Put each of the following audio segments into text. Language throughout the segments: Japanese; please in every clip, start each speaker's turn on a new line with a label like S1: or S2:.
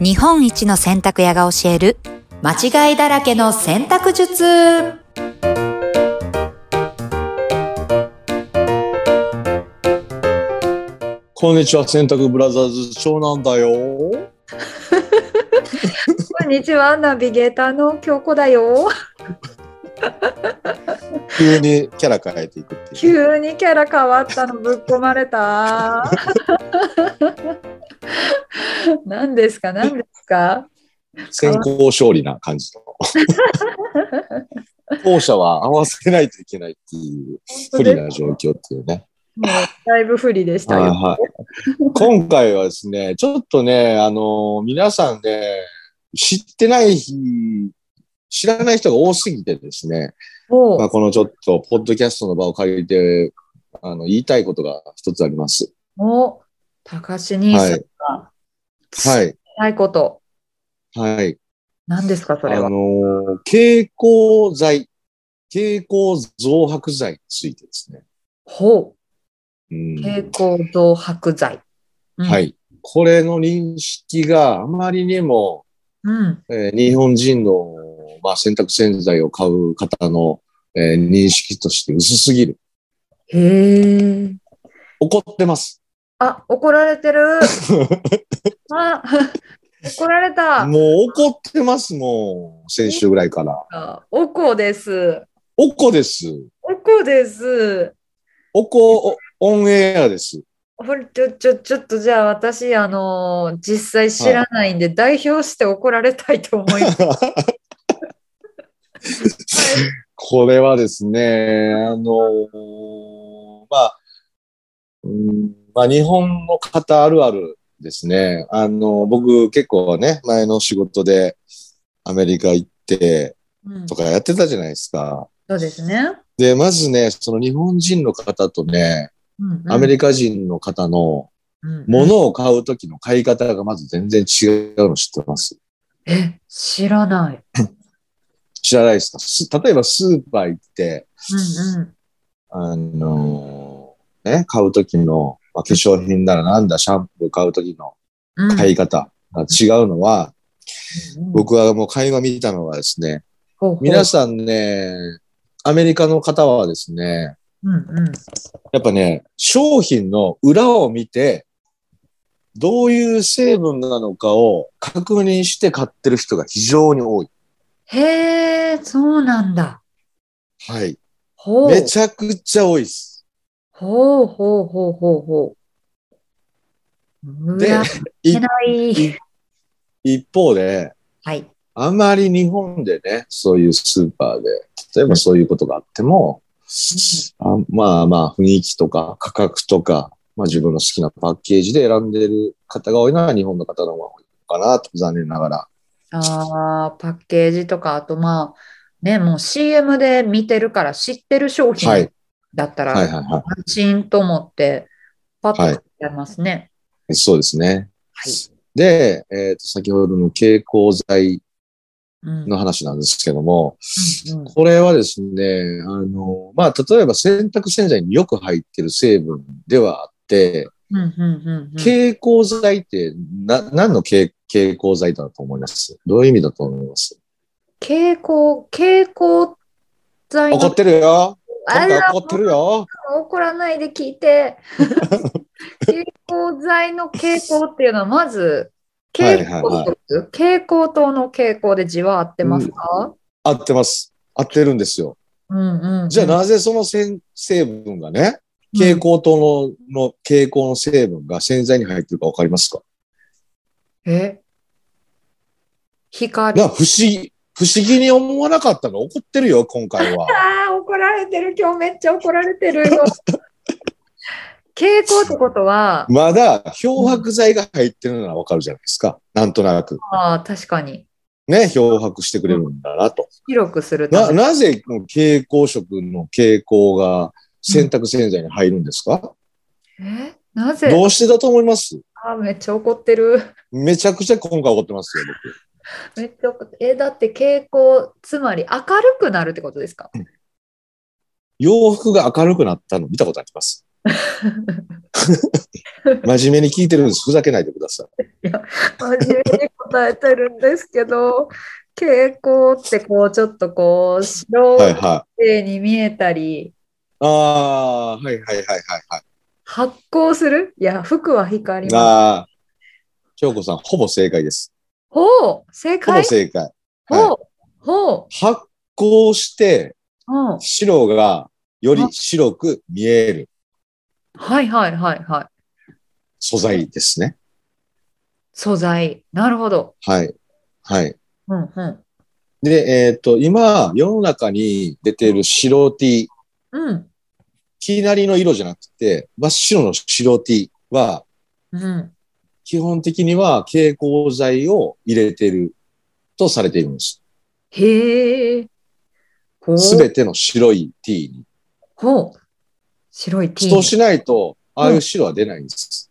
S1: 日本一の洗濯屋が教える間違いだらけの洗濯術
S2: こんにちは、洗濯ブラザーズ長男だよ。
S3: こんにちは、ナビゲーターの京子だよ。
S2: 急にキャラ変えていくっていうね。
S3: 急にキャラ変わったのぶっ込まれた。何ですか、何ですか。
S2: 先行勝利な感じ の。当社は合わせないといけないっていう不利な状況っていうね。
S3: もうだいぶ不利でした
S2: はい
S3: よ。
S2: はい、今回はですね、ちょっとね、あの、皆さんね、知ってない日、知らない人が多すぎてですね、
S3: おう
S2: まあ、このちょっと、ポッドキャストの場を借りて、あの、言いたいことが一つあります。
S3: お、高橋兄
S2: は
S3: さん
S2: い。
S3: が
S2: は
S3: 伝え
S2: い。
S3: たいこと、
S2: はい。
S3: 何ですか、そ
S2: あ
S3: れ
S2: の
S3: は。
S2: ー、蛍光剤、蛍光増白剤についてですね。
S3: ほ
S2: う
S3: う、
S2: ん
S3: 蛍光増白剤。うん
S2: はい。これの認識があまりにも、
S3: うん。
S2: えー日本人の、まあ、洗濯洗剤を買う方の、えー認識として薄すぎる。
S3: へえ。
S2: 怒ってます。
S3: あ、怒られ てる。あ、怒られた。
S2: もう怒ってます、もう。先週ぐらいから。
S3: あおこです。
S2: おこです。
S3: おこです。
S2: おこ、オンエアです。
S3: ほんちょ、ちょ、ちょっとじゃあ私、あのー実際知らないんで、代表して怒られたいと思い ます。
S2: これはですね、あの、まあ、うんまあ、日本の方あるあるですね。あの、僕結構ね、前の仕事でアメリカ行って
S3: うん
S2: と
S3: そ
S2: かやってたじゃないですか。
S3: うですね。
S2: で、まずね、その日本人の方とね、
S3: うん
S2: アメリカ人の方の
S3: うん
S2: ものを買う時の買い方がまず全然違うの知ってます。
S3: え、知らない。
S2: 知らないですかす例えばスーパー行って、
S3: うんうん。
S2: あのーね、買うときの、まあ、化粧品ならなんだ、シャンプー買うときの
S3: うん
S2: 買い方が違うのは、
S3: うん
S2: 僕はもう会話見たのはですね、
S3: ほうほう
S2: 皆さんね、アメリカの方はですね、
S3: うんうん。
S2: やっぱね、商品の裏を見て、どういう成分なのかを確認して買ってる人が非常に多い。
S3: へえ、そうなんだ。
S2: はい。
S3: ほう。
S2: めちゃくちゃ多いです。
S3: ほうほうほうほうほう。
S2: で
S3: うわ、いけない。
S2: 一方で、
S3: はい。
S2: あまり日本でね、そういうスーパーで、例えばそういうことがあっても、あまあまあ雰囲気とか価格とか、まあ自分の好きなパッケージで選んでる方が多いのは日本の方の方が多いのかなと、残念ながら。
S3: ああ、パッケージとか、あとまあ、ね、もう CM で見てるから知ってる商
S2: は
S3: 品
S2: い
S3: だった
S2: はい
S3: ら、
S2: はいは
S3: 安心と思って、パッと買っちゃいますね。
S2: い。そうですね。
S3: はい。
S2: で、えっ、と、先ほどの蛍光剤
S3: うん。
S2: の話なんですけども、
S3: うんうん
S2: これはですね、あの、まあ例えば洗濯洗剤によく入ってる成分ではあって、
S3: うんうんうんうん
S2: 蛍光剤ってな、何の蛍蛍光剤だと思いますどういう意味だと思います
S3: 蛍光、蛍光剤
S2: 怒
S3: の
S2: ってるよ
S3: あ
S2: 今
S3: ら、
S2: 回怒ってるよ
S3: 怒らないで聞 いて。蛍光剤の蛍光っていうのは、まず、
S2: はい
S3: 蛍
S2: はい
S3: 光
S2: はい
S3: 灯、蛍光灯の蛍光で字は合ってますか
S2: 合ってます。合ってるんですよ。
S3: うんうんうん。
S2: じゃあなぜそのせん成分がね、
S3: うん
S2: 蛍光灯のの蛍光の成分が洗剤に入ってるかわかりますか
S3: え光。
S2: な不思議、不思議に思わなかったの怒ってるよ、今回 は。
S3: ああ、怒られてる。今日めっちゃ怒られて るよ。蛍光ってことは、
S2: まだ漂白剤が入ってるのはわかるじゃないですか。なんとなく。
S3: ああ、確かに。
S2: ね、漂白してくれるんだなと。
S3: 広くするた
S2: な、
S3: め。
S2: なぜこの蛍光色の蛍光が洗濯洗剤に入るんですか、
S3: えなぜ
S2: どうしてだと思います
S3: あーめっちゃ怒ってる。
S2: めちゃくちゃ今回怒ってますよ、
S3: めっちゃ怒ってえ、だって蛍光、つまり明るくなるってことですか
S2: 僕。洋服が明るくなったの見たことあり ます。真面目に聞いてるんです。ふざけないでください。
S3: 真面目に答えてるんですけど、 蛍光ってこう、ちょっとこう、白
S2: はいはい。
S3: 系に見えたり、
S2: ああ、はいはいはいはいはい。
S3: 発光するいや、服は光ります。
S2: ああ、京子さん、ほぼ正解です。
S3: ほう正
S2: ほぼ
S3: 解
S2: 正解。
S3: ほうほう
S2: 発光して、
S3: うん
S2: 白がより白く見える
S3: はいはいはいはい。
S2: 素材ですね。
S3: 素材。なるほど。
S2: はい。はい。
S3: うんうん。
S2: で、えっ、と、今、世の中に出てる白 T、
S3: うん。
S2: 気になりの色じゃなくて、真っ白の白 T は、
S3: うん。
S2: 基本的には蛍光剤を入れてるとされているんです。
S3: へえ。ほう。
S2: すべての白い T に。
S3: ほう。白い T。
S2: そうしないと、ああいう白は出ないんです。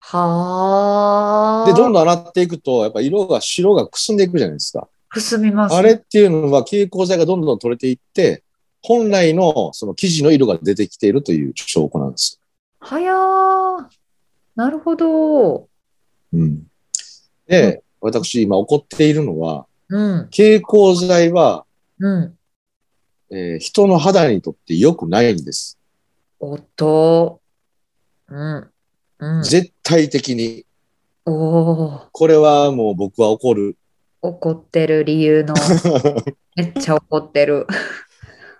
S3: はあ。
S2: で、どんどん洗っていくと、やっぱ色が、白がくすんでいくじゃないですか。
S3: くすみます。
S2: あれっていうのは蛍光剤がどんどん取れていって、本来のその生地の色が出てきているという証拠なんです。
S3: はやー。なるほど。
S2: うん、で、私今怒っているのは、
S3: うん。
S2: 蛍光剤は、
S3: うん。
S2: えー人の肌にとって良くないんです。
S3: おっと。うん。うん。
S2: 絶対的に。
S3: おー。
S2: これはもう僕は怒る。
S3: 怒ってる理由 の。めっちゃ怒ってる。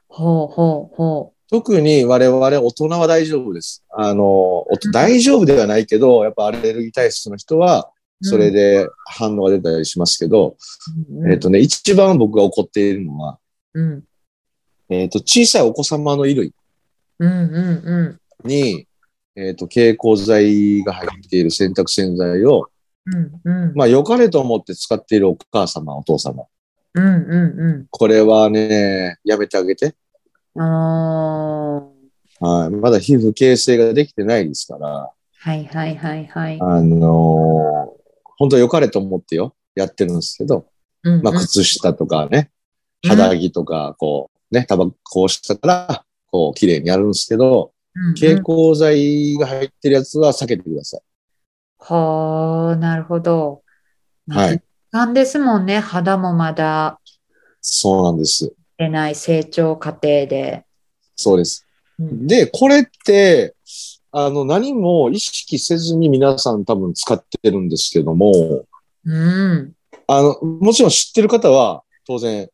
S3: ほうほうほ
S2: 特に我々大人は大丈夫です。あの、おと大丈夫ではないけど、やっぱアレルギー体質の人は、
S3: う。
S2: それで反応が出たりしますけど、
S3: うん、うん
S2: えっ、とね、一番僕が怒っているのは、
S3: うん。
S2: えっ、と、小さいお子様の衣類
S3: うんうんう
S2: に、えっ、と、蛍光剤が入っている洗濯洗剤を、
S3: ん。うんうん。
S2: まあ、良かれと思って使っているお母様、お父様。
S3: うんうん
S2: これはね、やめてあげて。
S3: うん。あー
S2: はい。まだ皮膚形成ができてないですから、
S3: はいはいはいはい。
S2: あのー本当良かれと思ってよ、やってるんですけど、
S3: うんうん
S2: まあ、靴下とかね、
S3: うん
S2: 肌着とか、こう、ね、タバコをしたから、こう、綺麗にやるんですけど、
S3: うんうん
S2: 蛍光剤が入ってるやつは避けてください。
S3: はあ、なるほど。
S2: はい。
S3: なんですもんね、肌もまだ
S2: そうなんです。
S3: 出ない成長過程で。
S2: そうです。
S3: うん
S2: で、これって、あの、何も意識せずに皆さん多分使ってるんですけども、
S3: うん。
S2: あの、もちろん知ってる方は、当然、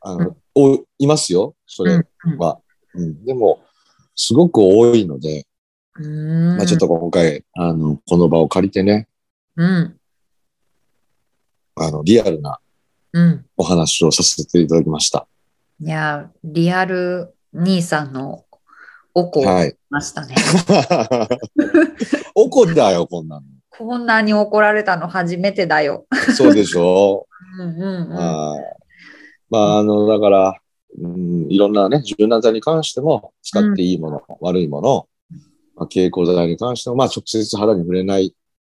S2: あの、おいますよ、それは。うん、でも、すごく多いので、
S3: うん。
S2: まあちょっと今回、あの、この場を借りてね、
S3: うん。
S2: あの、リアルな
S3: うん。
S2: お話をさせていただきました。
S3: いや、リアル兄さんのおこ
S2: はい。
S3: ましたね。
S2: 怒りだよ、こんなの。
S3: こんなに怒られたの初めて だよ。
S2: そうでしょ
S3: うんうんうん。
S2: はいまあ、あの、だから、うん、いろんなね、柔軟剤に関しても、使っていいもの、悪いもの、まあ、蛍光剤に関しても、まあ、直接肌に触れない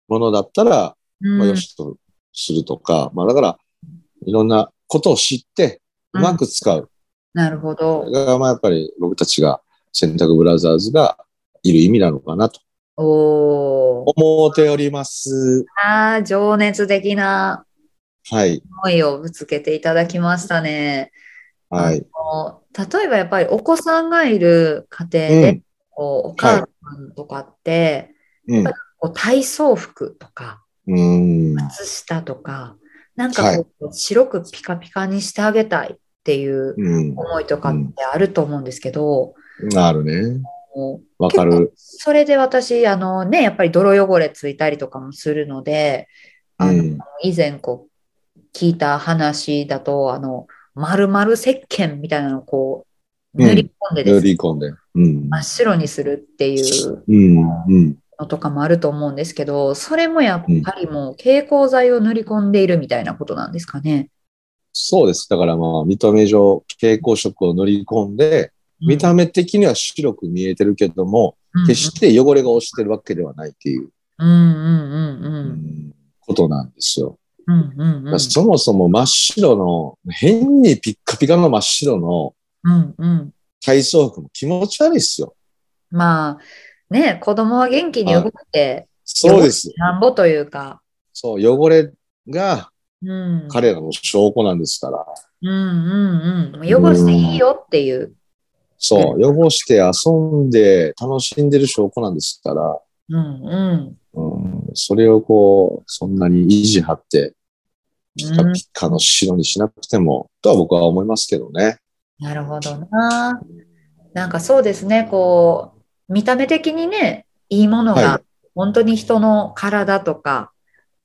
S2: ものだったら、
S3: うん
S2: まあ、よしとするとか、まあ、だから、いろんなことを知って、うまく使う。
S3: なるほ
S2: そ
S3: ど
S2: れ。が、まあ、やっぱり僕たちが、洗濯ブラザーズがいる意味なのかなと
S3: おお。
S2: 思っております。
S3: ああ、情熱的な
S2: はい。
S3: 思いをぶつけていただきましたね。
S2: はい。
S3: こう例えばやっぱりお子さんがいる家庭
S2: う
S3: で
S2: ん、
S3: こうお母さんとかって、
S2: うん。
S3: こう体操服とか
S2: うん。
S3: 靴下とか、なんかこう、白くピカピカにしてあげたいっていう
S2: うん。
S3: 思いとかってあると思うんですけど、
S2: なるね。
S3: もう
S2: わかる。
S3: それで私、あのね、やっぱり泥汚れついたりとかもするので、
S2: う
S3: あの
S2: ん。
S3: 以前こう聞いた話だとあの丸々石鹸みたいなのをこう
S2: うん
S3: 塗り込んでで
S2: 塗
S3: すね
S2: り込んで。うん
S3: 真。っ白にするっていう
S2: うん。うん。
S3: のとかもあると思うんですけどそれもやっぱりもう蛍光剤を塗り込んでいるみたいなことなんですかね。
S2: そうです。だからまあ、見た目上、蛍光色を塗り込んで、見た目的には白く見えてるけども、
S3: うん
S2: 決して汚れが落ちてるわけではないっていう、
S3: うんうんうんう
S2: うんんことなんですよ。
S3: うんうんうん
S2: だからそもそも真っ白の、変にピッカピカの真っ白の
S3: うんうん
S2: 体操服も気持ち悪いですよ。
S3: まあね子供は元気に動いて
S2: そうです。
S3: なんぼというか。
S2: そう、汚れが
S3: うん。
S2: 彼らの証拠なんですから。
S3: うんうんうん。もう汚していいよっていう。
S2: そう、汚して遊んで楽しんでる証拠なんですから、
S3: うんうん。
S2: うん、それをこう、そんなに意地張って、ピカピカの白にしなくても、とは僕は思いますけどね。
S3: なるほどな。なんかそうですね、こう、見た目的にね、いいもの
S2: は
S3: が、本当に人の体とか、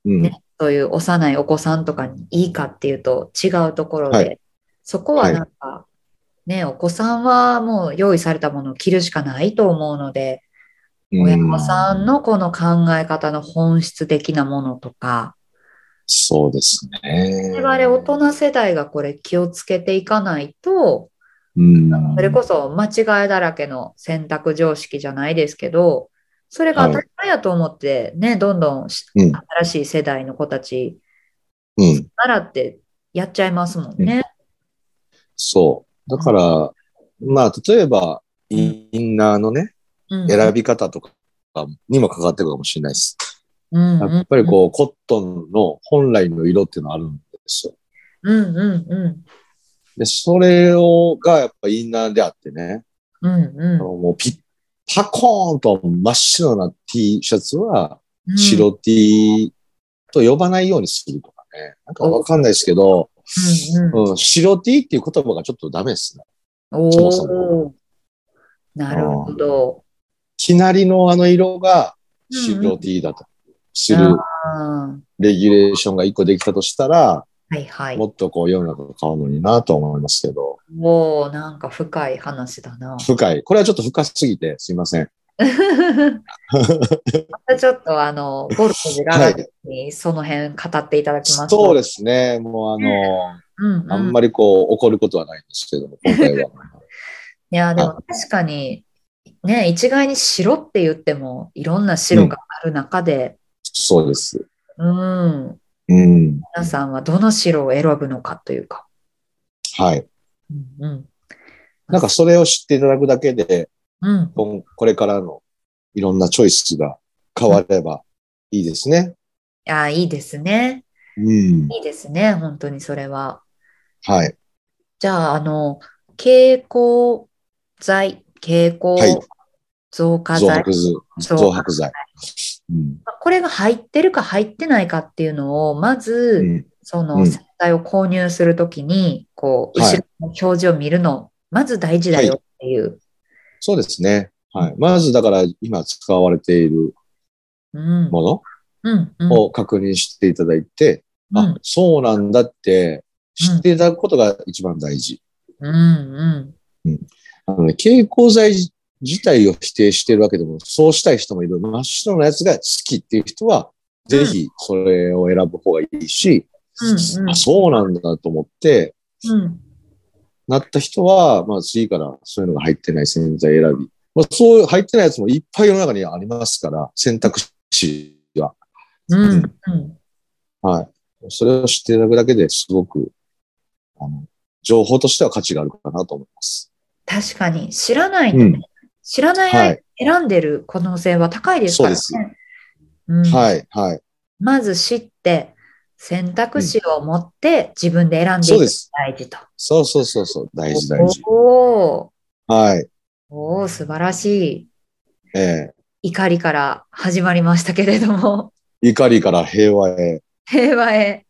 S2: うん。
S3: ねそういう幼いお子さんとかにいいかっていうと違うところで、
S2: はい
S3: そこはなんか、ね、お子さんはもう用意されたものを着るしかないと思うので、
S2: うん
S3: 親御さんのこの考え方の本質的なものとか、
S2: そうですね。
S3: 我々大人世代がこれ気をつけていかないと、
S2: うん。
S3: それこそ間違いだらけの選択常識じゃないですけど、それが当たり前やと思ってね、どんどんし
S2: うん
S3: 新しい世代の子たち、
S2: うん。
S3: 習ってやっちゃいますもんね。
S2: そう。だから、まあ、例えば、インナーのね、
S3: うん
S2: 選び方とかにもかかってくるかもしれないです。
S3: うん
S2: や
S3: うん
S2: っぱりこう、コットンの本来の色っていうのはあるんですよ。
S3: うんうんうん
S2: で、それを、がやっぱインナーであってね、
S3: うん
S2: あ
S3: う
S2: のもうピッ、パコーンと真っ白な T シャツは、
S3: ん。
S2: 白 T と呼ばないようにするとかね。なんかわかんないですけど、
S3: うんうん
S2: うん、白 T っていう言葉がちょっとダメですね。そもそ
S3: お
S2: も
S3: お。なるほど。
S2: きなりのあの色が白 T だとする
S3: あー
S2: レギュレーションが一個できたとしたら、
S3: はいはい。
S2: もっとこう世の中が変わるのになと思いますけど、
S3: おおなんか深い話だな。
S2: 深い。これはちょっと深すぎてすいません。
S3: またちょっとあの、ゴルフでラガーにその辺語っていただきます。。
S2: そうですすね。もうあの、
S3: うんうん、
S2: あんまりこう怒ることはないんですけども、今回 は。
S3: いや、でも確かに、ね、一概に白って言っても、いろんな白がある中で、
S2: そうです。
S3: うん、
S2: うん。
S3: 皆さんはどの白を選ぶのかというか。
S2: はい。
S3: うんうん。
S2: なんかそれを知っていただくだけで、
S3: うん、
S2: 今これからのいろんなチョイスが変わればいいですね。
S3: いや、いいですね。
S2: うん。
S3: いいですね。本当にそれは。
S2: はい。
S3: じゃあ、あの、蛍光剤、蛍
S2: はい
S3: 光増加
S2: 増
S3: 剤。
S2: 白剤。増白剤。うん。
S3: まあこれが入ってるか入ってないかっていうのを、まず、
S2: うん
S3: そうの
S2: ん
S3: 洗剤を購入するときに、こう、
S2: はい
S3: 後ろの表示を見るの、まず大事だよっていう。
S2: そうですね。はい。まずだから今使われている
S3: うん。
S2: も
S3: うん。うん
S2: のを確認していただいて、
S3: う
S2: あ
S3: ん。、
S2: そうなんだって知っていただくことが一番大事。
S3: うん。うん。
S2: あのね、蛍光剤自体を否定しているわけでも、そうしたい人もいる。真っ白なやつが好きっていう人は、ぜひそれを選ぶ方がいいし、
S3: うんうん
S2: あそうなんだと思って、
S3: うん。
S2: なった人は、まあ次からそういうのが入ってない洗剤選び。まあそういう入ってないやつもいっぱい世の中にはありますから、選択肢は。
S3: うん。うん。
S2: はい。それを知っていただくだけですごく、あの、情報としては価値があるかなと思います。
S3: 確かに、知らないと
S2: う
S3: ね、
S2: ん。
S3: 知らない
S2: はい
S3: 間選んでる可能性は高いですからね。
S2: そう
S3: うん
S2: はい、はい。
S3: まず知って、選択肢を持って自分で選んでい
S2: そう
S3: くの
S2: で
S3: が
S2: す。
S3: 大事と。
S2: そうそうそうそう。大事、大事。
S3: おー
S2: はい。
S3: おー素晴らし
S2: ええ
S3: い。怒りから始まりましたけれども、
S2: 怒りから平和へ。
S3: 平 和へ。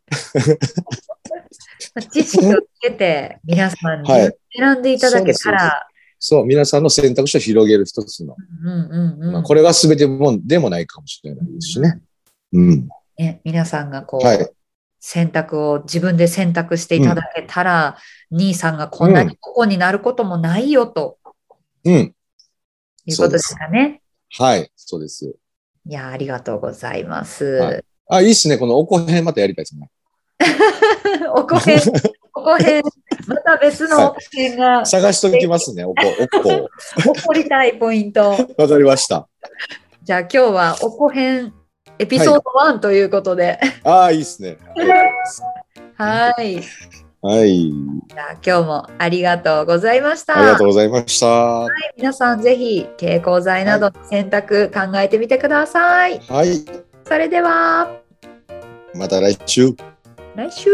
S3: 知識をつけて、皆さんに
S2: はい
S3: 選んでいただけたら、
S2: そう、皆さんの選択肢を広げる一つの。
S3: うんうんうん
S2: まあ、これが全てもんでもないかもしれないですしね。うん。
S3: ね、皆さんがこう、
S2: はい
S3: 選択を自分で選択していただけたら、兄さんがこんなにここになることもないよと
S2: うん。
S3: いうことですかね。
S2: はい。そうです。
S3: いや、ありがとうございます。
S2: はいあ、いいっすね。このおこへんまたやりたいですね。
S3: おこ へん、おこへん、また別のおこへんが
S2: 探しときますね。おこ、おこ。
S3: 起こりたいポイント。
S2: わかりました。
S3: じゃあ今日はおこへんエピソード1ということで。
S2: ああ、いいっすね。ありがとうございます
S3: はい。じ
S2: はい。
S3: ゃあ今日もありがとうございました。
S2: ありがとうございました。は
S3: 皆さんぜひ蛍光剤などの選択考えてみてください。
S2: い。
S3: それでは。
S2: また来週。
S3: 来週